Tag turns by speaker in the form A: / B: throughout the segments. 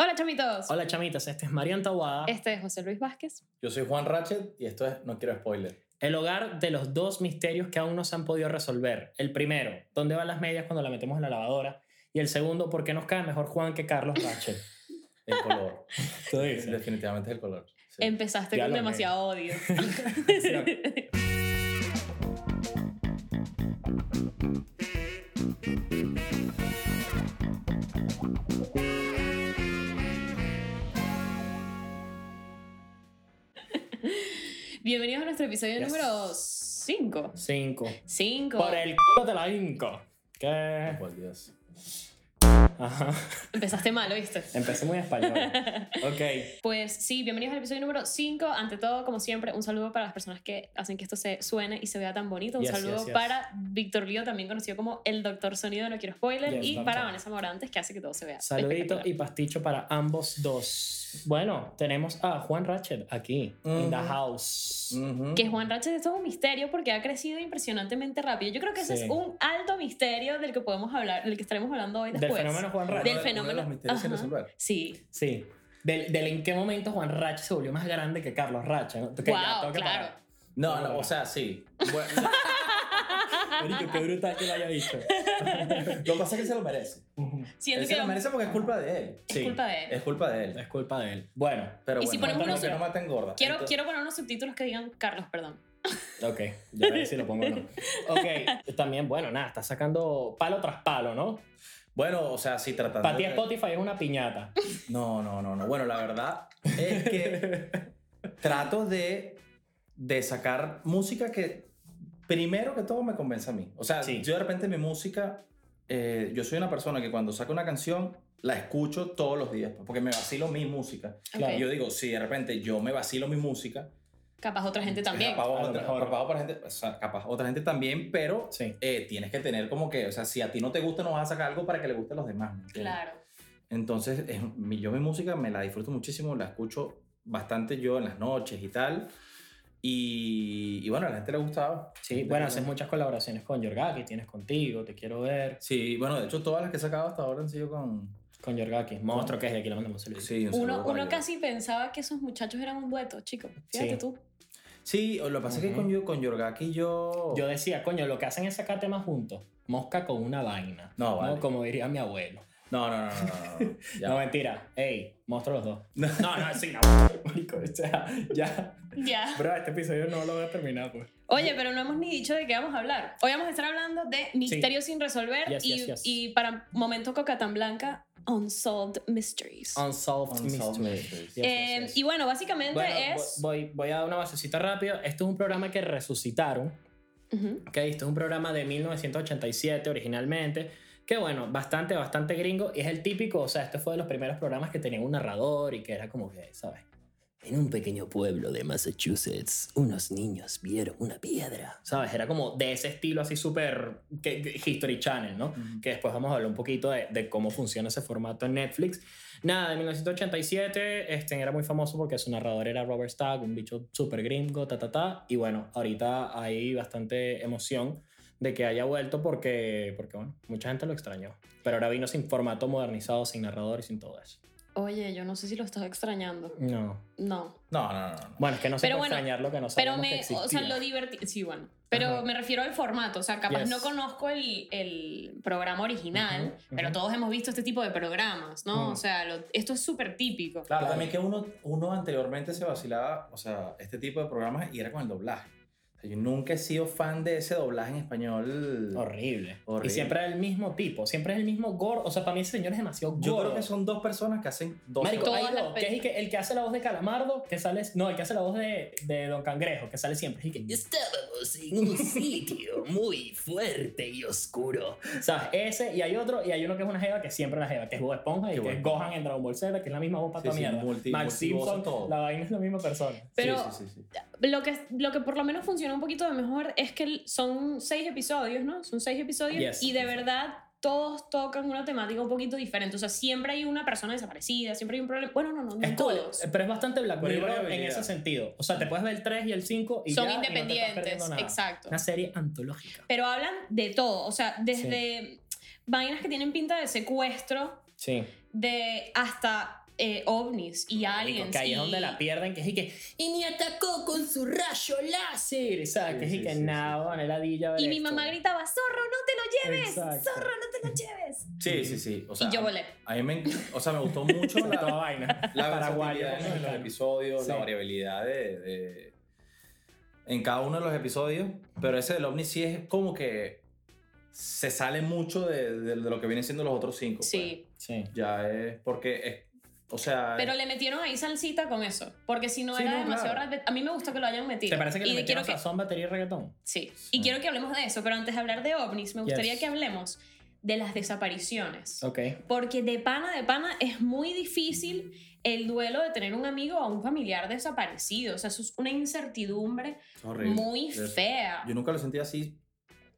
A: Hola, chamitos.
B: Hola chamitas, este es Marian Taboada,
A: Este es José Luis Vázquez.
C: Yo soy Juan Ratchet y esto es No Quiero Spoiler.
B: el hogar de los dos misterios que aún no se han podido resolver. El primero, ¿dónde van las medias cuando la metemos en la lavadora? Y el segundo, ¿por qué nos cae mejor Juan que Carlos Rachel?
C: El color.
B: Tú
C: Es-
B: dices.
C: Definitivamente es el color. Sí.
A: Empezaste
B: Ya
A: con
B: lo
A: demasiado odio. Bienvenidos a nuestro episodio
B: Yes.
A: número 5.
B: Cinco.
A: 5.
B: Por el culo de la Inco. ¿Qué?
C: Por Dios.
B: Ajá.
A: Empezaste mal, ¿viste?
B: Empecé muy español. Ok.
A: Pues sí, bienvenidos al episodio número 5. Ante todo, como siempre, un saludo para las personas que hacen que esto se suene y se vea tan bonito. Un
B: Yes,
A: saludo
B: yes, yes.
A: para Víctor Lío, también conocido como el Doctor Sonido, no quiero spoiler.
B: Yes,
A: y
B: doctor.
A: para Vanessa Morantes, que hace que todo se vea.
B: Saludito
A: espectacular.
B: y pasticho para ambos dos. Bueno, tenemos a Juan Ratchet aquí, in the
C: Ujú.
B: house.
C: Ujú.
A: Que Juan Ratchet esto es un misterio porque ha crecido impresionantemente rápido. Yo creo que ese
B: Sí.
A: es un alto misterio del que podemos hablar, del que estaremos hablando hoy
B: Del
A: después.
B: fenómeno Juan
C: Uno
B: Ratchet.
A: del
C: de- uno de
A: fenómeno.
C: los misterios sin
A: Ajá.
C: resolver.
A: Sí,
B: Sí. Del, del en qué momento Juan Ratchet se volvió más grande que Carlos Ratchet. ¿no? Que ya
A: Wow,
B: tengo que
A: claro.
B: parar.
C: No, no, o sea, sí. Bueno,
B: Marico, qué brutal que lo haya dicho.
C: lo que pasa es que se lo merece.
A: siento
C: Él
A: que
C: se lo merece porque es culpa de él.
A: es
B: sí.
A: culpa de él.
C: Es culpa de él.
B: Es culpa de él. Bueno,
C: Pero
A: Y
C: bueno,
A: si ponemos unos-
C: cuéntanos que no maten gorda.
A: Quiero,
C: Entonces-
A: quiero poner unos subtítulos que digan Carlos, perdón.
B: ok. Ya veré si lo pongo o no. Ok. También, bueno, nada, está sacando palo tras palo, ¿no?
C: Bueno, o sea, sí, tratando.
B: Para ti
C: de-
B: Spotify es una piñata.
C: No, no, no, no. Bueno, la verdad es que trato de, de sacar música que primero que todo me convence a mí. O sea,
B: Sí.
C: yo de repente mi música, eh, yo soy una persona que cuando saco una canción la escucho todos los días pues, porque me vacilo mi música.
B: Claro,
A: Ok.
C: Y yo digo, si de repente yo me vacilo mi música,
A: Capaz otra gente también.
C: capaz,
B: a lo
C: otra,
B: mejor.
C: capaz otra gente, o sea, capaz otra gente también, pero
B: Sí.
C: eh, tienes que tener como que, o sea, si a ti no te gusta, no vas a sacar algo para que le guste a los demás. ¿me entiendes?
A: Claro.
C: Entonces, es- mi- yo mi música me la disfruto muchísimo, la escucho bastante yo en las noches y tal. Y, y bueno, a la gente le gustaba.
B: Sí, bueno, haces muchas colaboraciones con Yorgaki, tienes contigo, te quiero ver.
C: Sí, bueno, de hecho todas las que he sacado hasta ahora han sido con...
B: Con Yorgaki, monstruo que es de aquí, le mandamos saludos.
C: Sí, un saludo
A: Uno,
C: para
A: uno
C: ellos.
A: casi pensaba que esos muchachos eran un dueto, chico. Fíjate
B: Sí.
A: tú.
C: Sí, o lo que pasa es que
B: Ujú.
C: con, yo- con Yorgaki yo...
B: Yo decía, coño, lo que hacen es sacar temas juntos. Mosca con una vaina.
C: No, vale.
B: Como diría mi abuelo.
C: No, no, no, no, no, no. Ya.
B: No, mentira. Ey, monstruo los dos.
C: No.
B: No, no, sí, no. Marico, o sea, ya.
A: Ya.
B: Bro, este episodio no lo voy a terminar, pues.
A: Oye, pero no hemos ni dicho de qué vamos a hablar. Hoy vamos a estar hablando de misterios sin resolver
B: Yes,
A: y,
B: yes, yes.
A: y para momento coca tan blanca, unsolved mysteries.
B: Unsolved,
C: Unsolved
B: Mysteries.
C: Mysteries.
B: Yes,
A: Eh,
B: yes, yes.
A: Y bueno, básicamente
B: Bueno,
A: es.
B: vo- voy, voy a dar una basecita rápido. Esto es un programa que resucitaron.
A: Ujú.
B: Ok, esto es un programa de 1987 originalmente. Que bueno, bastante, bastante gringo. Y es el típico, o sea, este fue de los primeros programas que tenía un narrador y que era como que, ¿sabes? En un pequeño pueblo de Massachusetts, unos niños vieron una piedra. ¿Sabes? Era como de ese estilo así súper que- que- History Channel, ¿no?
C: Ujú.
B: que después vamos a hablar un poquito de, de cómo funciona ese formato en Netflix. Nada, de 1987 este, era muy famoso porque su narrador era Robert Stack, un bicho súper gringo, ta, ta, ta. Y bueno, ahorita hay bastante emoción de que haya vuelto porque, porque bueno, mucha gente lo extrañó. Pero ahora vino sin formato modernizado, sin narrador y sin todo eso.
A: Oye, yo no sé si lo estás extrañando.
B: No.
A: No.
C: No, no, no, no, no.
B: Bueno, es que no se
A: Pero
B: puede
A: bueno,
B: extrañar lo que no
A: Pero
B: sabemos que
A: me,
B: existía.
A: o sea, lo divertí. Sí, bueno. Pero
B: Ajá.
A: me refiero al formato. O sea, capaz
B: Yes.
A: no conozco el, el programa original,
B: Ujú, ujú.
A: pero todos hemos visto este tipo de programas, ¿no?
B: Mm.
A: O sea, lo- esto es súper típico.
C: Claro, también que uno, uno anteriormente se vacilaba, o sea, este tipo de programas y era con el doblaje. O sea, yo nunca he sido fan de ese doblaje en español.
B: Horrible. Y
C: Horrible.
B: siempre es el mismo tipo, siempre es el mismo gore. O sea, para mí ese señor es demasiado gordo.
C: Yo creo que son dos personas que hacen dos
B: Marico,
A: Todas
B: hay
A: las
B: dos, que es el que, el que hace la voz de Calamardo, que sale... No, el que hace la voz de, de Don Cangrejo, que sale siempre. y que, Estábamos en un sitio muy fuerte y oscuro. ¿Sabes? Ese, y hay otro, y hay uno que es una jeva, que siempre es la jeva, que es Bob Esponja, y
C: Qué
B: que
C: bueno.
B: es Gohan en Dragon Ball Z, que es la misma voz para
C: Sí,
B: toda
C: sí,
B: mierda.
C: multi-
B: Max
C: multivoz en
B: Simpson,
C: todo.
B: la vaina es la misma persona.
A: Pero
C: Sí, sí, sí, sí.
A: lo que, lo que por lo menos funciona un poquito de mejor es que el- son seis episodios, ¿no? Son seis episodios
B: Yes.
A: y de verdad todos tocan una temática un poquito diferente. O sea, siempre hay una persona desaparecida, siempre hay un problema. Bueno, no, no, no
B: Es cool,
A: todos.
B: pero es bastante Black
C: Pero hay
B: Mirror en
C: variabilidad.
B: ese sentido. O sea, te puedes ver el 3 y el 5 y
A: Son
B: ya, y no te estás
A: independientes,
B: perdiendo nada.
A: exacto.
B: Una serie antológica.
A: Pero hablan de todo, o sea, desde vainas que tienen pinta de secuestro,
B: Sí.
A: de hasta eh, ovnis y aliens.
B: Que ahí
A: y...
B: es donde la pierden, que es y que. Y me atacó con su rayo láser. ¿Sabes?
C: Sí,
B: que es y
C: sí,
B: que
C: sí,
B: nada,
C: sí.
B: en el ladilla.
A: Y mi mamá gritaba, zorro, no te lo lleves,
B: Exacto.
A: zorro, no te lo lleves.
C: Sí, sí, sí. O sea,
A: y yo volé.
C: A mí me, enc- o sea, me gustó mucho
B: Toda
C: la,
B: vaina.
C: la
B: Paraguaya.
C: versatilidad en los episodios, la
B: Sí.
C: variabilidad de, de- en cada uno de los episodios, pero ese del ovni sí es como que se sale mucho de, de- de lo que vienen siendo los otros cinco. pues.
A: Sí.
B: Sí.
C: Ya es porque es, o sea,
A: Pero le metieron ahí salsita con eso. Porque si no
C: Sí,
A: era
C: no,
A: demasiado
C: claro.
A: raro, A mí me gusta que lo hayan metido.
B: ¿Te parece que
A: y
B: le metieron
A: quiero que,
B: sazón, batería y reggaetón?
A: sí.
B: Sí.
A: Y quiero que hablemos de eso. Pero antes de hablar de ovnis, me gustaría
B: Yes.
A: que hablemos de las desapariciones.
B: Ok.
A: Porque de pana, de pana, es muy difícil el duelo de tener un amigo o un familiar desaparecido. O sea, eso es una incertidumbre
C: es horrible.
A: muy
C: Es-
A: fea.
C: Yo nunca lo sentí así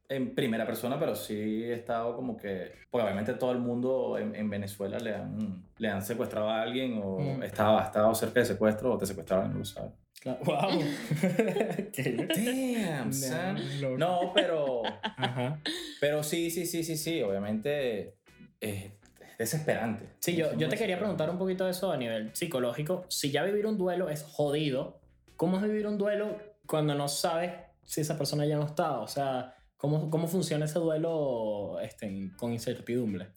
C: en primera persona, pero sí he estado como que, porque obviamente todo el mundo en, en Venezuela le han, le han secuestrado a alguien o
B: Mm.
C: estaba, estado cerca de secuestro o te secuestraron, no lo sabes.
B: Claro. ¡Wow! ¿Qué?
C: Damn, son.
B: loco.
C: No, pero,
B: Ajá.
C: pero sí, sí, sí, sí, sí, obviamente es, es desesperante.
B: Sí, yo, yo te quería preguntar un poquito de eso a nivel psicológico. Si ya vivir un duelo es jodido, ¿cómo es vivir un duelo cuando no sabes si esa persona ya no está? O sea, ¿cómo, cómo funciona ese duelo este, en- con incertidumbre?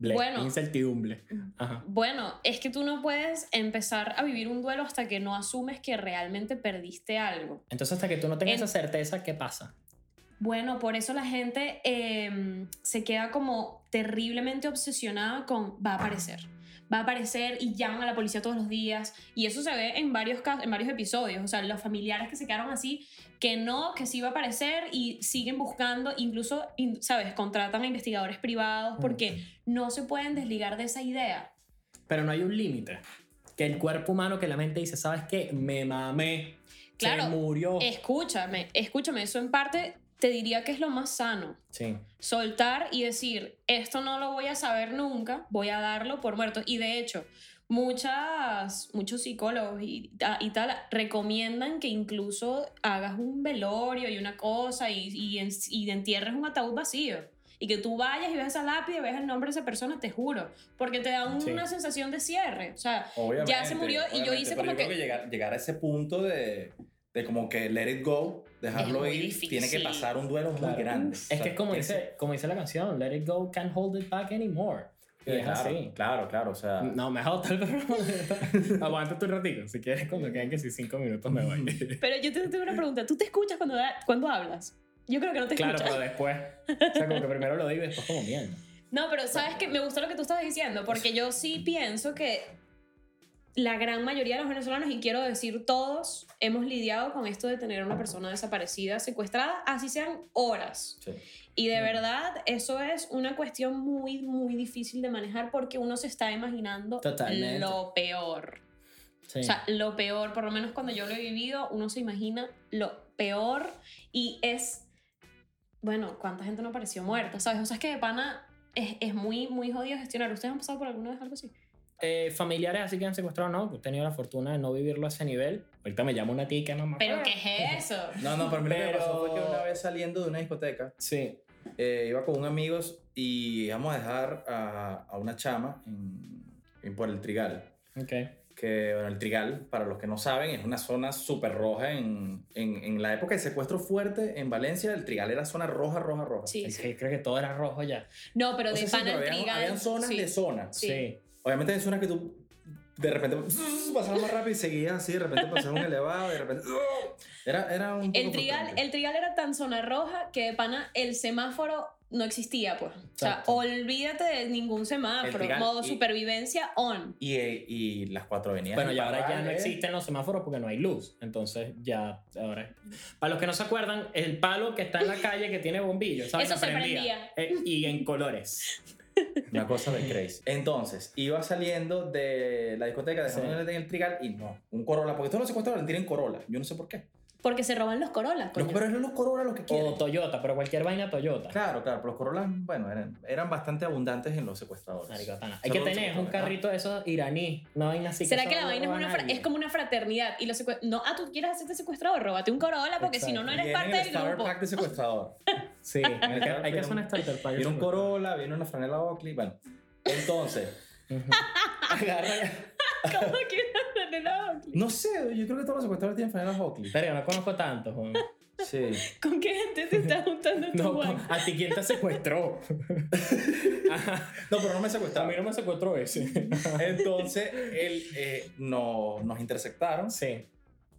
B: Ble-
A: Bueno.
B: Incertidumbre. Ajá.
A: Bueno, es que tú no puedes empezar a vivir un duelo hasta que no asumes que realmente perdiste algo.
B: Entonces, hasta que tú no tengas
A: En-
B: esa certeza, ¿qué pasa?
A: Bueno, por eso la gente eh, se queda como terriblemente obsesionada con va a aparecer, va a aparecer y llaman a la policía todos los días. Y eso se ve en varios, casos, en varios episodios. O sea, los familiares que se quedaron así, que no, que sí va a aparecer y siguen buscando, incluso, in- ¿sabes? Contratan a investigadores privados porque no se pueden desligar de esa idea.
B: Pero no hay un límite. Que el cuerpo humano, que la mente dice, ¿sabes qué? Me mamé.
A: Claro,
B: Se murió.
A: Escúchame, escúchame, eso en parte te diría que es lo más sano.
B: Sí.
A: soltar y decir, esto no lo voy a saber nunca, voy a darlo por muerto. Y de hecho, muchas, muchos psicólogos y, ta- y tal recomiendan que incluso hagas un velorio y una cosa y, y, en- y entierres un ataúd vacío. Y que tú vayas y veas esa lápida, veas el nombre de esa persona, te juro. Porque te da un-
B: Sí.
A: una sensación de cierre. O sea,
C: Obviamente,
A: Ya se murió y yo
C: obviamente,
A: hice
C: pero
A: como
C: creo
A: que-
C: llegar, llegar a ese punto de, de como que let it go, dejarlo
A: muy
C: ir, tiene que
A: difícil.
C: pasar un duelo
B: Claro.
C: muy grande. O
B: Es
C: sea,
B: que es como
C: tienes-
B: dice, como dice la canción, Let it go, can't hold it back anymore. Y es
C: claro,
B: así. Mm.
C: claro, claro, o sea,
B: No, me has agotado el programa. Aguanta tu ratito. Si quieres, cuando queden que si cinco minutos me voy.
A: pero yo te tengo una pregunta. ¿Tú te escuchas cuando, da- cuando hablas? Yo creo que no te
B: Mm. claro,
A: escuchas.
B: pero después. O sea, como que primero lo digo y después como mierda.
A: No, pero sabes que me gusta lo que tú estás diciendo, porque yo sí pienso que la gran mayoría de los venezolanos, y quiero decir todos, hemos lidiado con esto de tener a una persona desaparecida, secuestrada, así sean horas.
C: sí.
A: Y de
B: Mm.
A: verdad, eso es una cuestión muy, muy difícil de manejar porque uno se está imaginando
B: Totalmente.
A: lo peor.
B: Sí.
A: O sea, lo peor, por lo menos cuando yo lo he vivido, uno se imagina lo peor y es, bueno, ¿cuánta gente no pareció muerta? ¿Sabes? O sea, es que de pana es, es muy, muy jodido gestionar. ¿Ustedes han pasado por alguna vez algo así?
B: Eh, familiares así que han secuestrado, no. He tenido la fortuna de no vivirlo a ese nivel. Ahorita me llama una tica, no me
A: ¿Pero
B: acuerdo.
A: qué es eso?
C: No, no, pero a mí lo que me
B: Pero-
C: pasó fue que una vez saliendo de una discoteca,
B: Sí.
C: eh, iba con un amigo y íbamos a dejar a, a una chama en, en por el Trigal.
B: Ok.
C: Que, bueno, el Trigal, para los que no saben, es una zona súper roja. En, en, en la época de secuestro fuerte en Valencia, el Trigal era zona roja, roja, roja.
A: Sí,
B: Es
A: sí.
B: que creo que todo era rojo ya.
A: No, pero
C: O
A: de
C: sea, sí,
A: pana
C: pero
A: el
C: habían,
A: trigal.
C: habían zonas
A: sí.
C: de zonas.
A: Sí.
B: Sí.
C: Obviamente hay zonas que tú de repente pasabas más rápido y seguías así, de repente pasabas un elevado, de repente... ¡oh! Era, era un...
A: El
C: poco
A: trigal,
C: frustrante.
A: el trigal era tan zona roja que de pana el semáforo no existía, pues. O sea,
B: Exacto.
A: olvídate de ningún
C: El
A: semáforo.
C: trigal
A: Modo
C: y-
A: supervivencia on.
C: Y, eh, y las cuatro avenidas.
B: Bueno, y
C: del
B: ahora ya no
C: Parral, ¿eh?
B: existen los semáforos porque no hay luz. Entonces, ya, ahora. Para los que no se acuerdan, el palo que está en la calle que tiene bombillo, ¿sabes?
A: Eso
B: No
A: se prendía.
B: Eh, y en colores.
C: Una cosa de crazy. Entonces, iba saliendo de la discoteca de San
B: Sí.
C: Manuel en el Trigal y no, un Corolla, porque todos los secuestradores tienen Corolla, yo no sé por qué.
A: Porque se roban los Corolla,
C: Los,
A: coño.
C: pero eran los Corolla los que quieren.
B: O Toyota, pero cualquier vaina Toyota.
C: Claro, claro, pero los Corolla, bueno, eran, eran bastante abundantes en los secuestradores.
B: Marico, pana. Hay
C: Solo
B: que tener
C: los
B: un
C: secuestradores, ¿no?
B: carrito de esos iraní, una vaina así.
A: ¿Será
B: eso
A: que la
B: no
A: vaina es,
B: roba
A: una fra-
B: nadie?
A: es como una fraternidad? Y los secue- no, ah, tú quieres hacerte secuestrado, róbate un Corolla porque si no, no eres
C: Viene
A: parte
C: el
A: del
C: starter
A: grupo.
C: pack de secuestrador.
B: Sí, hay que, hay que hacer una starter pack.
C: Viene un Corolla, viene una franela Oakley, bueno. Entonces,
B: Ujú. Agarra,
A: ¿Cómo que una franela Oakley?
C: No sé, yo creo que todos los secuestradores tienen franelas Oakley.
B: Pero no conozco tantos, Juan.
C: Sí.
A: ¿Con qué gente te está juntando tu
B: No,
A: guay?
B: ¿A ti quién te secuestró?
C: No, pero no me
B: A
C: secuestraron.
B: mí no me secuestró ese.
C: Entonces, él, eh, no- nos intersectaron
B: Sí.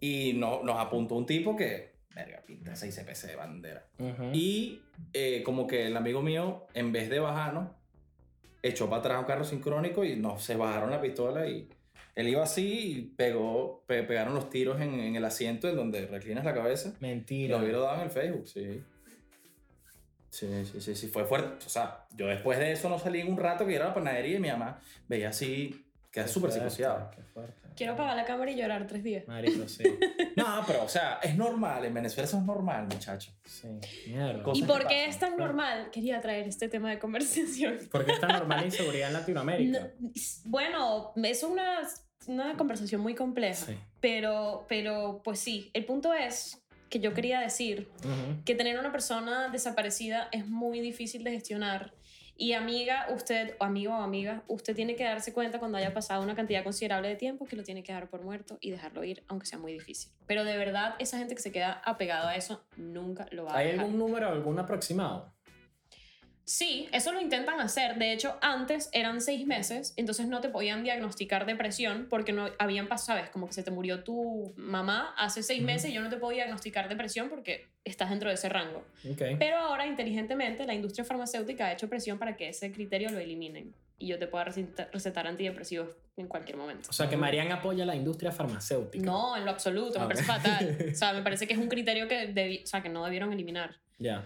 C: y no- nos apuntó un tipo que, verga, pinta 6 CPC de bandera.
B: Y
C: Y eh, como que el amigo mío, en vez de bajarnos, echó para atrás un carro sincrónico y nos se bajaron la pistola y él iba así y pegó, pe- pegaron los tiros en, en el asiento en donde reclinas la cabeza. Y
B: mentira.
C: lo vi lo dado en el Facebook, sí. Sí, sí, sí, sí, fue fuerte. O sea, yo después de eso no salí en un rato que era la panadería y mi mamá veía así, queda súper
B: Qué fuerte,
C: psicoseado.
B: qué fuerte.
A: Quiero apagar la cámara y llorar tres días.
B: Marico, sí.
C: No, pero o sea, es normal, en Venezuela eso es normal, muchacho.
B: Sí. Mierda.
C: Cosas
A: ¿Y
C: que
A: por qué
C: pasan,
A: es tan
B: claro.
A: normal? Quería traer este tema de conversación.
B: ¿Por qué está normal la inseguridad en Latinoamérica?
A: No, s- bueno, eso es una, una conversación muy compleja,
B: Sí.
A: pero, pero pues sí, el punto es que yo quería decir
B: Ujú.
A: que tener una persona desaparecida es muy difícil de gestionar. Y amiga, usted, o amigo o amiga, usted tiene que darse cuenta cuando haya pasado una cantidad considerable de tiempo que lo tiene que dar por muerto y dejarlo ir, aunque sea muy difícil. Pero de verdad, esa gente que se queda apegada a eso nunca lo va a
B: ¿Hay
A: dejar.
B: algún número, algún aproximado?
A: Sí, eso lo intentan hacer. De hecho, antes eran seis meses, entonces no te podían diagnosticar depresión porque no habían pasado, ¿sabes? Como que se te murió tu mamá hace seis
B: Ujú.
A: meses y yo no te puedo diagnosticar depresión porque estás dentro de ese rango.
B: Ok.
A: Pero ahora, inteligentemente, la industria farmacéutica ha hecho presión para que ese criterio lo eliminen y yo te pueda receta- recetar antidepresivos en cualquier momento.
B: O sea, que Marian apoya la industria farmacéutica.
A: No, en lo absoluto,
B: Ah,
A: me parece
B: ok.
A: fatal. O sea, me parece que es un criterio que, debi- o sea, que no debieron eliminar.
B: Ya.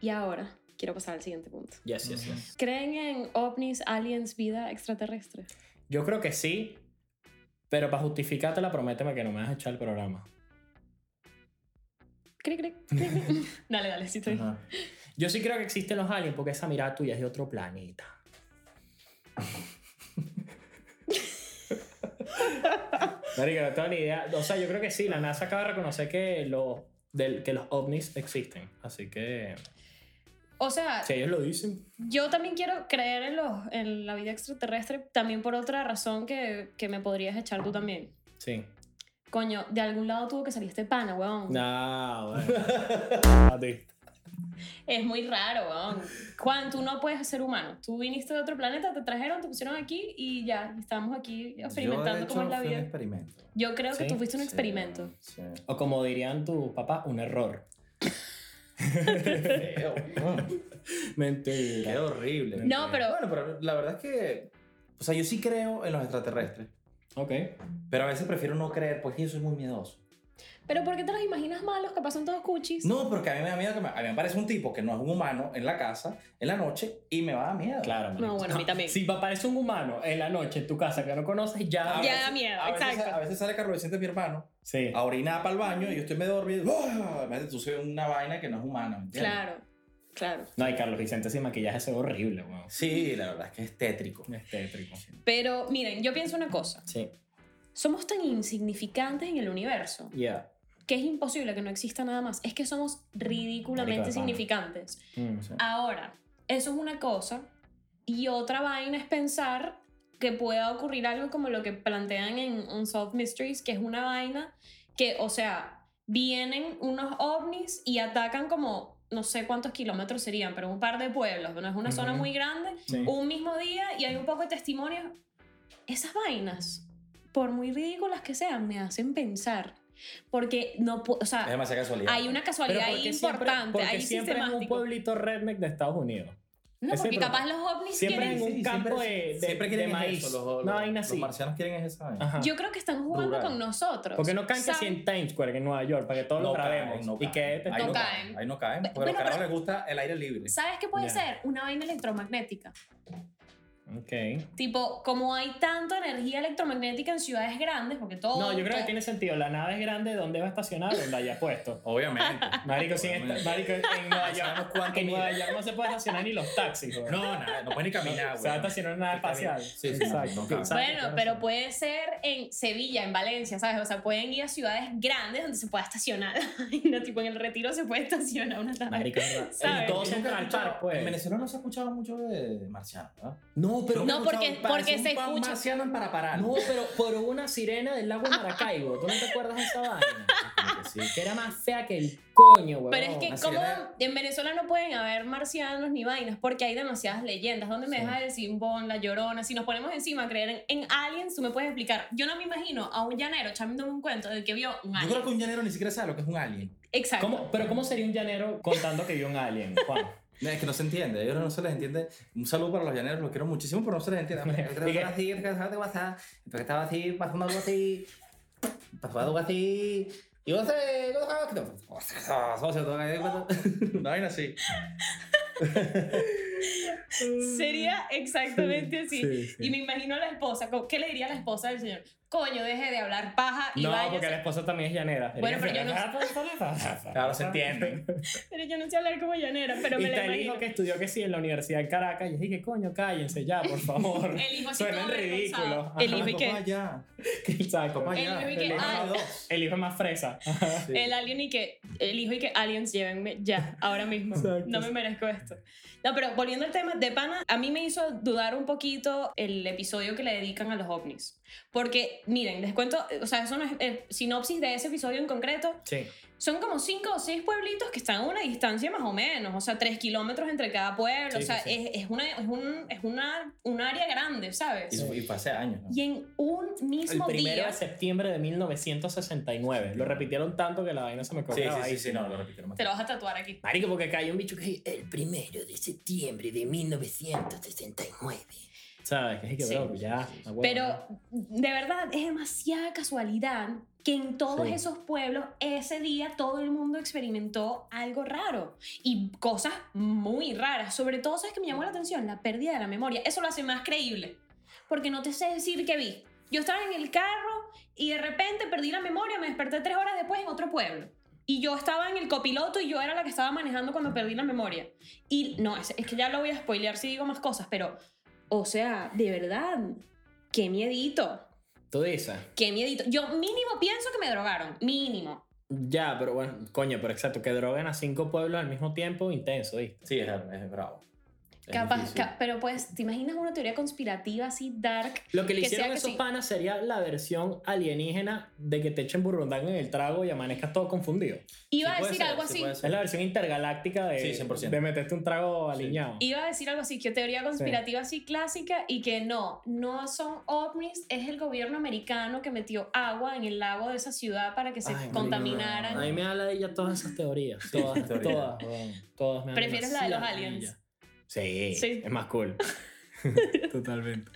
A: Y ahora, quiero pasar al siguiente punto.
B: Yes, yes,
C: Ujú.
B: yes.
A: ¿Creen en ovnis, aliens, vida extraterrestre?
B: Yo creo que sí, pero para justificártela, prométeme que no me vas a echar el programa.
A: Cric, cric, cric, cric. dale, dale, sí estoy.
C: Ajá.
B: Yo sí creo que existen los aliens porque esa mirada tuya es de otro planeta. Marica, no tengo ni idea. O sea, yo creo que sí, la NASA acaba de reconocer que los, del, que los ovnis existen. Así que,
A: O sea,
B: si ellos lo dicen,
A: yo también quiero creer en, los, en la vida extraterrestre, también por otra razón que, que me podrías echar tú también.
B: sí.
A: Coño, de algún lado tuvo que salir este pana, weón.
B: No, Ah, bueno. A ti.
A: Es muy raro, weón. Juan, tú no puedes ser humano. Tú viniste de otro planeta, te trajeron, te pusieron aquí y ya, estamos aquí experimentando
C: Yo, de
A: cómo
C: hecho,
A: es la
C: fui un
A: vida.
C: experimento.
A: Yo creo que
B: Sí,
A: tú fuiste un
C: Sí,
A: experimento.
C: sí.
B: O como dirían tus papás, un error.
C: Feo. Qué
B: Mentira.
C: horrible.
A: No, pero
C: Bueno, pero la verdad es que, o sea, yo sí creo en los extraterrestres,
B: Ok.
C: pero a veces prefiero no creer porque yo soy muy miedoso.
A: ¿Pero por qué te los imaginas malos? Capaz son todos cuchis.
C: No, porque a mí me da miedo que me, a mí me aparece un tipo que no es un humano en la casa, en la noche, y me va a dar miedo.
B: Claro, marico.
A: No, bueno, a mí también.
B: Si aparece un humano en la noche en tu casa que no conoces, ya.
A: Ya da miedo,
C: a veces,
A: exacto.
C: A veces sale Carlos Vicente, mi hermano,
B: Sí.
C: a orinar para el baño y yo estoy medio dormido. ¡ah! Me hace tú soy una vaina que no es humana, ¿me entiendes?
A: Claro, claro.
B: No, y Carlos Vicente sin maquillaje se ve horrible, weón. Este,
C: Sí, la verdad es que es tétrico.
B: Es tétrico.
A: Pero miren, yo pienso una cosa.
B: Sí.
A: Somos tan insignificantes en el universo
B: Yeah.
A: que es imposible que no exista nada más. Es que somos
B: Marico
A: ridículamente
B: de pana.
A: significantes.
B: Mm.
C: Sí.
A: Ah, Ahora, eso es una cosa. Y otra vaina es pensar que pueda ocurrir algo como lo que plantean en Unsolved Mysteries, que es una vaina que, o sea, vienen unos ovnis y atacan como, no sé cuántos kilómetros serían, pero un par de pueblos, no es una zona
B: Ujú.
A: muy grande,
B: Sí.
A: un mismo día y hay un poco de testimonios. Esas vainas, por muy ridículas que sean, me hacen pensar. Porque no puedo, o
C: Es
A: sea,
C: demasiada casualidad.
A: hay una casualidad ahí importante,
B: porque
A: ahí
B: siempre es un
A: sistemático.
B: pueblito redneck de Estados Unidos.
A: No,
B: Ese
A: porque
B: problema.
A: capaz los ovnis
B: Siempre
A: quieren...
B: en un
C: Sí,
B: campo
C: siempre-
B: de- de-
C: siempre quieren
B: de
C: es
B: maíz.
C: eso, los,
B: Una
C: los-
B: vaina
C: los
B: así.
C: marcianos quieren es esa vaina.
B: Ajá.
A: Yo creo que están jugando
C: Rural.
A: con nosotros.
B: porque no caen que así
A: ¿Saben?
B: en Times Square en Nueva York, para que todos lo grabemos.
C: no
B: y que este-
C: caen. Ahí
A: No
C: no
A: caen.
C: caen. Ahí no caen. Porque a
A: Bueno,
C: los carajos
A: pero-
C: les gusta el aire libre.
A: ¿Sabes qué puede
B: Ya.
A: ser? Una vaina electromagnética.
B: Ok.
A: Tipo, como hay tanta energía electromagnética en ciudades grandes, porque todo...
B: No, yo creo que
A: todo-
B: tiene sentido. La nave es grande, ¿dónde va a estacionar? ¿Dónde haya puesto?
C: Obviamente.
B: Marico, sin esta-
C: Obviamente.
B: marico, en Nueva
C: Sabemos
B: York,
C: cuánto
B: en
C: mide.
B: Nueva York no se puede estacionar ni los taxis, weón.
C: No, nada, no pueden ni caminar,
B: Se va a
C: güey.
B: estacionar en nada
C: Está bien.
B: espacial.
C: Sí, sí,
B: Exacto.
C: no, claro.
B: Exacto,
A: Bueno,
B: claro,
A: pero
B: sí.
A: puede ser en Sevilla, en Valencia, ¿sabes? O sea, pueden ir a ciudades grandes donde se pueda estacionar. Y no, tipo, en el retiro se puede estacionar una tarde.
B: Marico, es verdad.
A: ¿Sabes?
B: En todo Central Park,
C: En
B: pues.
C: Venezuela no se ha escuchado mucho de marciano, ¿verdad?
B: No, No, pero.
A: No, porque,
C: Parece
A: porque
C: un
A: se
C: pan
A: escucha.
C: marciano en para parar.
B: No, pero por una sirena del lago de Maracaibo. ¿Tú no te acuerdas de esa vaina?
C: Ah,
B: Como que sí, Que era más fea que el coño, huevón.
A: Pero es que
C: Así
A: como
C: era.
A: en Venezuela no pueden haber marcianos ni vainas porque hay demasiadas leyendas. ¿Dónde me
B: Sí.
A: deja el Simbón, la Llorona? Si nos ponemos encima a creer en, en aliens, tú me puedes explicar. Yo no me imagino a un llanero echándome un cuento del que vio un
C: Yo
A: alien.
C: creo que un llanero ni siquiera sabe lo que es un alien.
A: Exacto.
B: ¿Cómo- Pero ¿cómo sería un llanero contando que vio un alien, Juan?
C: No, Es que no se entiende, a ellos no se les entiende. Un saludo para los llaneros, los quiero muchísimo, pero no se les entiende.
B: Dije-
C: Estaba así, de WhatsApp, porque estaba así, pasando algo así, pasó algo así, y vos eh, socio, todo ahí, todo. Una vaina así.
A: Sería exactamente así.
B: sí, sí.
A: Y me imagino a la esposa. co- ¿Qué le diría a la esposa del señor? Coño, deje de hablar paja y
B: No, porque la
A: vaya.
B: esposa también es llanera.
A: Bueno, pero yo no-
C: Claro, se entienden.
A: Pero yo no sé hablar como llanera, pero
B: Y
A: me la
B: está el
A: imagino.
B: hijo que estudió que sí en la Universidad de Caracas. Y dije, coño, cállense ya, por favor.
A: El hijo así
B: Suena
A: todo
B: ridículo.
A: avergonzado. El hijo y que...
C: ya.
B: Exacto.
C: Papá,
A: El
C: Ah, ya.
A: hijo y que,
C: Papá,
A: ah.
C: dos.
B: El hijo es más fresa. Ah.
C: Sí.
A: El alien y que, el hijo y que aliens llévenme ya, ahora mismo.
B: Exacto.
A: No me merezco esto. No, pero volviendo al tema de Pana, a mí me hizo dudar un poquito el episodio que le dedican a los ovnis. Porque, miren, les cuento, o sea, eso no es eh, sinopsis de ese episodio en concreto.
B: Sí.
A: Son como cinco o seis pueblitos que están a una distancia más o menos, o sea, tres kilómetros entre cada pueblo.
B: Sí,
A: o sea,
B: sí, sí.
A: es, es una, es, un, es una, un área grande, ¿sabes?
C: Y, y pasé años. ¿no?
A: Y en un
B: El
A: mismo
B: primero
A: día.
B: de septiembre de 1969. Lo repitieron tanto que la vaina se me
C: Sí,
B: colgaba
C: sí,
B: ahí.
C: sí, sí, no, lo repitieron más.
A: Te lo vas a tatuar aquí.
B: Marico, porque acá hay un bicho que es el primero de septiembre de 1969. ¿Sabes? Que es que,
A: Sí.
B: bro, ya. la hueva,
A: Pero
B: ¿no?
A: de verdad es demasiada casualidad que en todos
B: Sí.
A: esos pueblos ese día todo el mundo experimentó algo raro y cosas muy raras. Sobre todo, ¿sabes que me llamó la atención? La pérdida de la memoria. Eso lo hace más creíble. Porque no te sé decir qué vi. Yo estaba en el carro y de repente perdí la memoria, me desperté tres horas después en otro pueblo. Y yo estaba en el copiloto y yo era la que estaba manejando cuando perdí la memoria. Y no, es, es que ya lo voy a spoilear si digo más cosas, pero, o sea, de verdad, qué miedito,
B: Tú dices.
A: qué miedito. Yo mínimo pienso que me drogaron, mínimo.
B: Ya, pero bueno, coño, pero exacto, que droguen a cinco pueblos al mismo tiempo, intenso, ¿viste?
C: Sí, es, es bravo. Es
A: Capaz,
C: difícil.
A: ca- pero pues, ¿te imaginas una teoría conspirativa así dark?
B: Lo que le
A: Que
B: hicieron
A: sea
B: a
A: que
B: esos
A: sí.
B: panas sería la versión alienígena de que te echen burrundanga en el trago y amanezcas todo confundido.
A: Iba
C: Sí,
A: a
C: puede
A: decir
C: ser,
A: algo
C: sí,
A: así.
C: puede ser.
B: Es la versión intergaláctica de,
C: Sí, 100%.
B: de meterte un trago aliñado.
A: Iba a decir algo así, que teoría conspirativa así clásica y que no, no son ovnis, es el gobierno americano que metió agua en el lago de esa ciudad para que se
B: Ay, marico,
A: contaminaran.
B: A mí me da la de ella todas esas teorías. Todas,
C: Ah. teorías.
B: todas, weón, todas. me dan
A: ¿Prefieres la de los
B: demasiada
A: aliens?
B: ladilla. Sí,
A: Sí.
B: es más cool. Totalmente.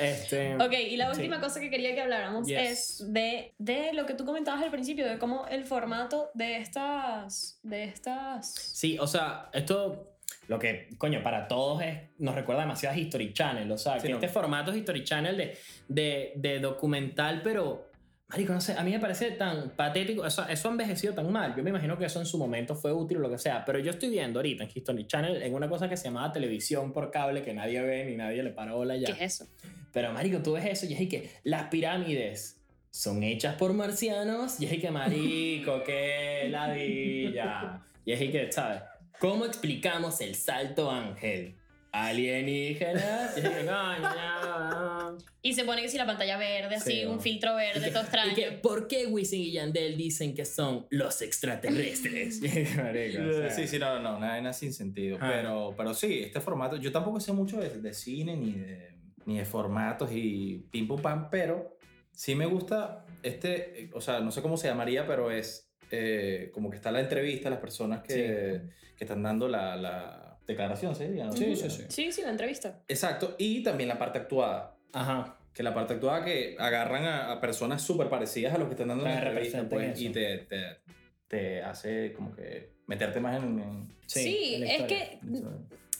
B: Este,
A: Ok, y la
B: Sí.
A: última cosa que quería que habláramos
B: Yes.
A: es de, de lo que tú comentabas al principio, de cómo el formato de estas... De estas...
B: Sí, o sea, esto, lo que, coño, para todos es, nos recuerda demasiado a History Channel. O sea,
C: Sí,
B: que
C: no.
B: este formato es History Channel de, de, de documental, pero, marico, no sé, a mí me parece tan patético. O sea, eso ha envejecido tan mal. Yo me imagino que eso en su momento fue útil o lo que sea. Pero yo estoy viendo ahorita en History Channel en una cosa que se llamaba televisión por cable que nadie ve ni nadie le para bola ya.
A: ¿Qué es eso?
B: Pero, marico, tú ves eso y es y que las pirámides son hechas por marcianos y es y que, marico, qué ladilla. Y es y que, ¿sabes? ¿Cómo explicamos el salto ángel? Alienígenas. Y es y que, coño, ya.
A: Y se pone que si la pantalla verde, así,
B: Sí,
A: un
B: vamos.
A: filtro
B: Y
A: verde,
B: que-
A: todo
B: y que,
A: extraño.
B: ¿por qué Wisin y Yandel dicen que son los extraterrestres? Y es que, marico, o sea,
C: Sí, sí, no, no, no, una vaina sin sentido.
B: Ajá.
C: Pero, pero sí, este formato, yo tampoco sé mucho de, de cine ni de, ni de formatos y pim pum pam, pero sí me gusta este, eh, o sea, no sé cómo se llamaría, pero es eh, como que está la entrevista, las personas que, que están dando la, la declaración, ¿sí? Ya, ¿no?
A: Sí,
B: sí, sí.
A: Sí, sí, la entrevista.
C: Exacto, y también la parte actuada.
B: Ajá.
C: Que la parte actuada que agarran a, a personas súper parecidas a los que están dando
B: Para
C: la
B: que
C: entrevista
B: representen
C: pues, y
B: eso.
C: te, te, te hace como que meterte más en- en
A: Sí,
B: en la
A: es
B: historia.
A: que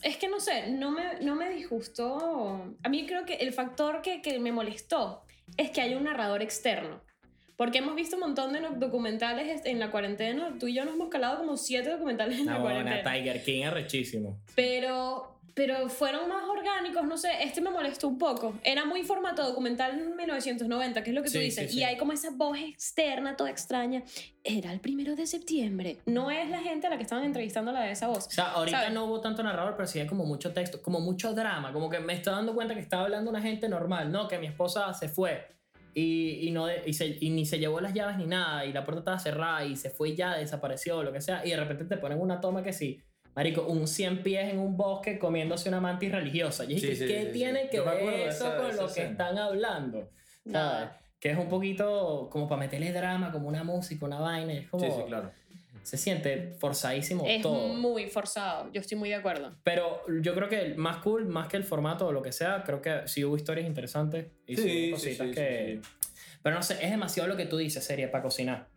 A: Es que no sé, no me, no me disgustó. A mí creo que el factor que, que me molestó es que hay un narrador externo. Porque hemos visto un montón de no- documentales este, en la cuarentena. Tú y yo nos hemos calado como siete documentales en la
B: No,
A: cuarentena.
B: Tiger King arrechísimo.
A: Pero Pero fueron más orgánicos, no sé, este me molestó un poco. Era muy formato documental en 1990, que es lo que tú
B: Sí,
A: dices.
B: sí, sí.
A: Y hay como esa voz externa, toda extraña. Era el primero de septiembre. No es la gente a la que estaban entrevistando la de esa voz.
B: O sea, ahorita
A: ¿Sabes?
B: no hubo tanto narrador, pero sí hay como mucho texto, como mucho drama, como que me estoy dando cuenta que estaba hablando una gente normal, ¿no? Que mi esposa se fue y, y no, de- y, se- y ni se llevó las llaves ni nada, y la puerta estaba cerrada y se fue y ya, desapareció, lo que sea, y de repente te ponen una toma que sí. Marico, un 100 pies en un bosque comiéndose una mantis religiosa. Y es
C: Sí,
B: que,
C: sí,
B: ¿qué
C: sí, sí.
B: tiene que
C: Yo me
B: ver
C: acuerdo de
B: eso
C: esa- de
B: con
C: esa
B: lo que
C: escena.
B: están hablando? ¿Sabes?
A: Nada.
B: Que es un poquito como para meterle drama, como una música, una vaina. Es como,
C: Sí, sí, claro.
B: Se siente forzadísimo
A: Es
B: todo.
A: muy forzado, yo estoy muy de acuerdo.
B: Pero yo creo que el más cool, más que el formato o lo que sea, creo que sí hubo historias interesantes y sí,
C: Sí, sí,
B: hubo cositas
C: sí, sí,
B: que... Pero no sé, es demasiado lo que tú dices, serie, para cocinar.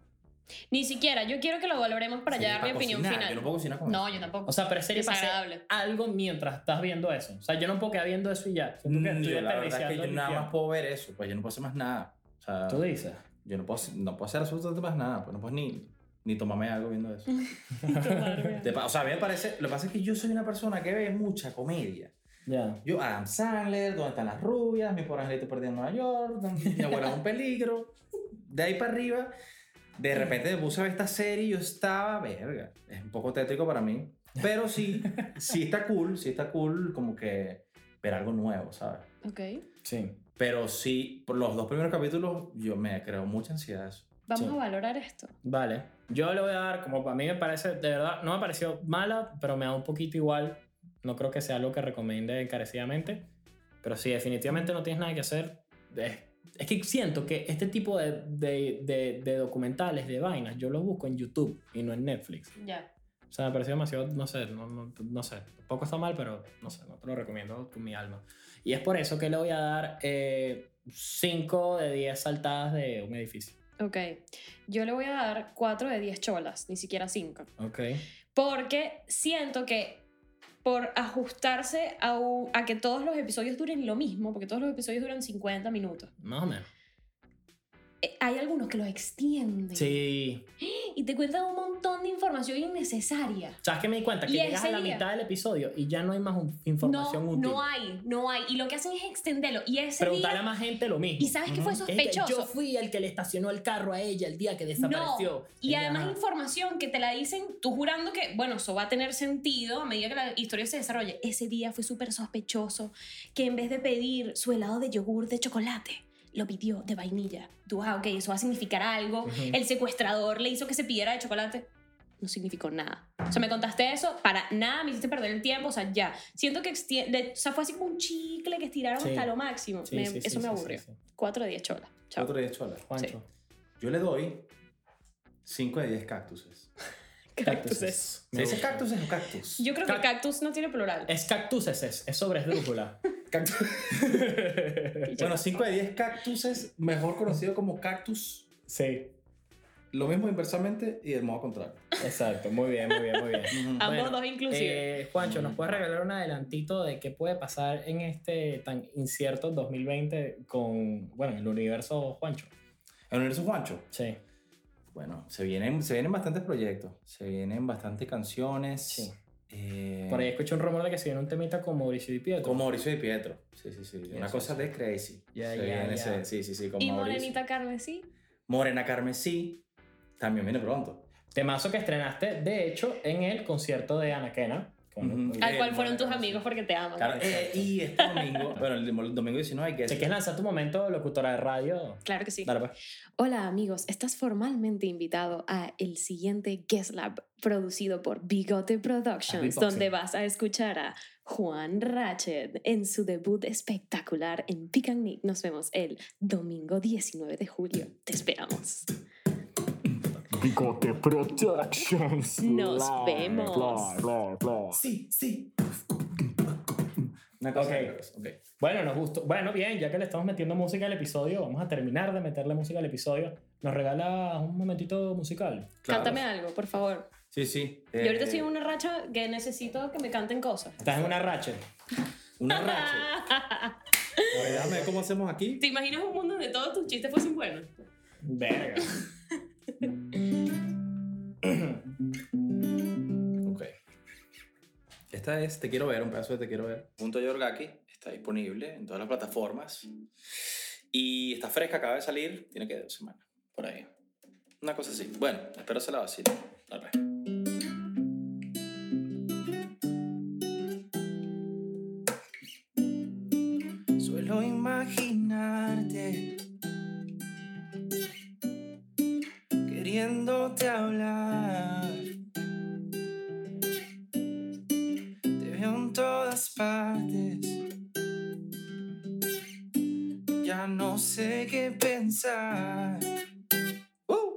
A: Ni siquiera, yo quiero que lo valoremos para
C: Sí,
A: ya dar mi
C: para
A: opinión
C: cocinar,
A: final.
C: Yo no puedo cocinar con
A: no,
C: eso.
A: yo tampoco.
B: O sea, pero es serie para hacer
A: Desagradable.
B: algo mientras estás viendo eso. O sea, yo no puedo quedar viendo eso y ya. Siento que
C: Mm,
B: estoy
C: yo, la verdad es que
B: desperdiciando
C: yo
B: mi
C: nada más
B: tiempo.
C: puedo ver eso, pues yo no puedo hacer más nada. O sea,
B: Tú dices.
C: yo no puedo, no puedo hacer absolutamente más nada, pues no puedo ni, ni tomarme algo viendo eso. De pa- o sea, a mí me parece, lo que pasa es que yo soy una persona que ve mucha comedia.
B: Ya.
C: Yo, Adam Sandler, ¿dónde están las rubias? Mi pobre angelito perdido en Nueva York, ¿dónde- mi abuela es un peligro. De ahí para arriba, de repente me puse a ver esta serie y yo estaba, verga, es un poco tétrico para mí. Pero sí, sí está cool, sí está cool como que ver algo nuevo, ¿sabes?
A: Ok.
B: Sí.
C: Pero sí, por los dos primeros capítulos, yo me creo mucha ansiedad. eso.
A: Vamos
B: Sí.
A: a valorar esto.
B: Vale. Yo le voy a dar, como a mí me parece, de verdad, no me pareció mala, pero me da un poquito igual. No creo que sea algo que recomiende encarecidamente. Pero sí, definitivamente no tienes nada que hacer. Es, es que siento que este tipo de, de, de- de documentales, de vainas, yo los busco en YouTube y no en Netflix.
A: Ya.
B: O sea, me pareció demasiado, no sé, no, no, no sé. Tampoco está mal, pero no sé, no te lo recomiendo con mi alma. Y es por eso que le voy a dar 5 de 10 saltadas de un edificio.
A: Ok. Yo le voy a dar 4 de 10 cholas, ni siquiera 5.
B: Ok.
A: Porque siento que por ajustarse a, u- a que todos los episodios duren lo mismo, porque todos los episodios duran 50 minutos,
B: Más o menos.
A: eh, hay algunos que los extienden
B: Sí.
A: y te cuentan un montón de información innecesaria.
B: ¿Sabes qué me di cuenta? Que
A: Y
B: llegas a
A: ese
B: la
A: día-
B: mitad del episodio y ya no hay más un- información
A: no,
B: útil.
A: no hay, no hay. Y lo que hacen es extenderlo. Y ese
B: Preguntarle a
A: día...
B: más gente lo mismo.
A: ¿Y sabes qué fue
B: Ujú. Es que
A: sospechoso?
B: yo fui el que le estacionó el carro a ella el día que desapareció.
A: No, y
B: Ella, "Ah".
A: además
B: ajá.
A: información que te la dicen tú jurando que, bueno, eso va a tener sentido a medida que la historia se desarrolle. Ese día fue súper sospechoso que en vez de pedir su helado de yogur de chocolate, lo pidió de vainilla. Tú, ah, ok, eso va a significar algo.
B: Ujú.
A: El secuestrador le hizo que se pidiera de chocolate. No significó nada. O sea, me contaste eso para nada, me hiciste perder el tiempo, o sea, ya. Siento que extie- de- o sea, fue así como un chicle que estiraron
B: Sí.
A: hasta lo máximo.
B: Sí,
A: Me-
B: sí, sí,
A: eso me
B: sí,
A: aburrió.
B: sí, sí.
A: 4 de 10 chola. Chao.
C: Otro de chola.
B: Juancho.
C: Yo le doy 5 de 10 cactuses.
B: Cactuses.
C: ¿Se
B: Me
C: dice
B: gusta.
C: cactuses o cactus?
A: Yo creo
B: Cac-
A: que cactus no tiene plural.
B: Es cactuses, es, es sobre esdrújula.
C: Cactus. bueno, 5 de 10 cactuses, mejor conocido como cactus,
B: sí,
C: lo mismo inversamente y del modo contrario.
B: exacto. Muy bien, muy bien, muy bien.
C: Ujú.
A: Ambos
B: Bueno,
A: dos inclusive.
B: Eh, Juancho, ¿nos puedes regalar un adelantito de qué puede pasar en este tan incierto 2020 con, bueno, el universo Juancho?
C: El universo Juancho.
B: Sí.
C: Bueno, se vienen, se vienen bastantes proyectos, se vienen bastantes canciones.
B: Sí.
C: Eh,
B: Por ahí escuché un rumor de que se viene un temita con Mauricio y Pietro.
C: Con Mauricio y Pietro. Sí, sí, sí. Una
B: Eso,
C: cosa
B: sí.
C: de crazy.
B: Ya,
C: Se
B: ya, ya.
C: viene ese- sí, sí, sí, con
A: Y
C: Mauricio.
A: Morenita Carmesí.
C: Morena Carmesí. También viene pronto.
B: Temazo que estrenaste, de hecho, en el concierto de Anaquena. Con-
C: Ujú.
A: Al cual
C: Eh, Morena
A: fueron tus
C: Carmesí.
A: amigos porque te aman.
C: Claro, eh, y este domingo, bueno, el dom- domingo 19, que
B: Si quieres lanzar tu momento, locutora de radio.
A: Claro que sí.
B: Dale, pues.
A: Hola amigos, estás formalmente invitado a el siguiente Guest Lab producido por Bigote Productions,
B: beatboxing.
A: donde vas a escuchar a Juan Ratchet en su debut espectacular en Pick and Nick. Nos vemos el domingo 19 de julio. Te esperamos.
D: Bigote Productions.
A: Nos
D: Bla,
A: vemos.
D: bla, bla, bla.
C: Sí, sí. Una
B: Ok.
C: cosa de locos, ok.
B: Bueno, nos gustó. Bueno, bien, ya que le estamos metiendo música al episodio, vamos a terminar de meterle música al episodio. ¿Nos regala un momentito musical?
C: Claro.
A: Cántame algo, por favor.
C: Sí, sí.
A: Yo ahorita
C: Eh,
A: estoy en una racha que necesito que me canten cosas.
B: Estás en una racha.
C: Una racha. A ver, Déjame ver cómo hacemos aquí.
A: ¿Te imaginas un mundo donde todos tus chistes fuesen buenos?
B: Verga.
C: Ok. Esta es Te Quiero Ver, un pedazo de Te Quiero Ver. Punto Yorgaki está disponible en todas las plataformas. Y está fresca, acaba de salir. Tiene que dos semanas, por ahí. Una cosa así. Bueno, espero se la vacile. Tal vez. Suelo imaginarte queriéndote hablar. Te veo en todas partes. Ya no sé qué pensar. ¡Uh!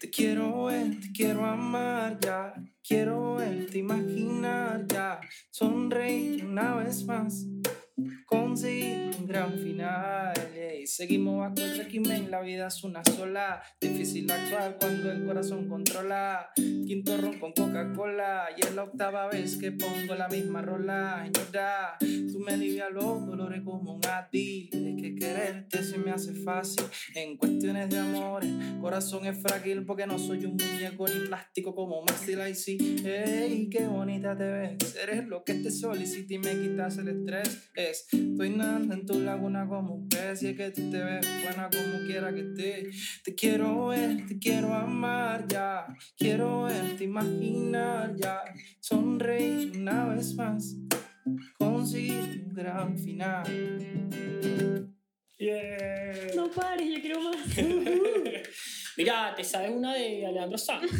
C: Te quiero ver, te quiero amar ya. Quiero verte imaginar ya. Sonreír una vez más. Conseguir un gran final. ey. Seguimos bajo el régimen, la vida es una sola. Difícil actuar cuando el corazón controla. Quinto ron con Coca-Cola. Y es la octava vez que pongo la misma rola. Señora, tú me alivias los dolores como un ati. Es que quererte se me hace fácil. En cuestiones de amores, corazón es frágil porque no soy un muñeco ni plástico como Maxi Lacy. Ey, qué bonita te ves. Eres lo que te solicita y me quitas el estrés. Es, estoy nadando en tu laguna como un pez. Y es que tú te ves buena como quiera que esté. Te quiero ver, te quiero amar ya. Quiero verte imaginar ya. Sonreír una vez más. Conseguir un gran final.
B: Yeah.
A: No pares, yo quiero más.
B: Mira, ¿te sabes una de Alejandro Sanz?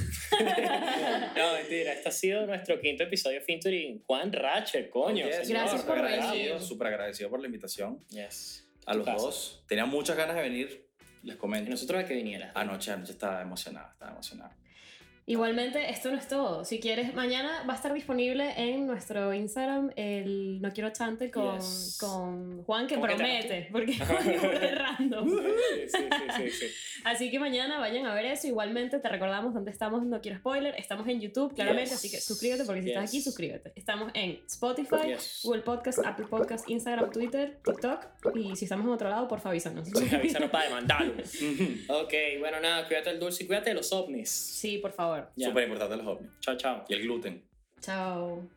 B: no, mentira. Este ha sido nuestro quinto episodio featuring Juan Ratcher, coño.
C: Oye,
B: señor.
A: Gracias por
C: súper
A: venir.
C: agradecido, Súper agradecido por la invitación
B: Yes.
C: a los
B: Pasa.
C: dos. Tenía muchas ganas de venir, les
B: Y
C: comento.
B: nosotros a que viniera.
C: Anoche, anoche estaba emocionada, estaba emocionada.
A: Igualmente, esto no es todo. Si quieres, mañana va a estar disponible en nuestro Instagram el No Quiero Chante con,
B: Yes.
A: con Juan, que
B: ¿Cómo que
A: promete, porque Juan es burda de random.
B: Sí, sí, sí, sí, sí.
A: Así que mañana vayan a ver eso. Igualmente, te recordamos dónde estamos, no quiero spoiler. Estamos en YouTube, claramente,
B: Yes.
A: así que suscríbete, porque si estás
B: Yes.
A: aquí, suscríbete. Estamos en Spotify,
B: Yes.
A: Google Podcast, Apple Podcast, Instagram, Twitter, TikTok. Y si estamos en otro lado, porfa, avísanos.
B: Sí, avísanos para demandarlo. ok, bueno, nada, cuídate del dulce y cuídate de los ovnis.
A: Sí, por favor.
B: Ya.
C: Súper importante los ovnis.
B: Chao, chao.
C: Y el gluten.
A: Chao.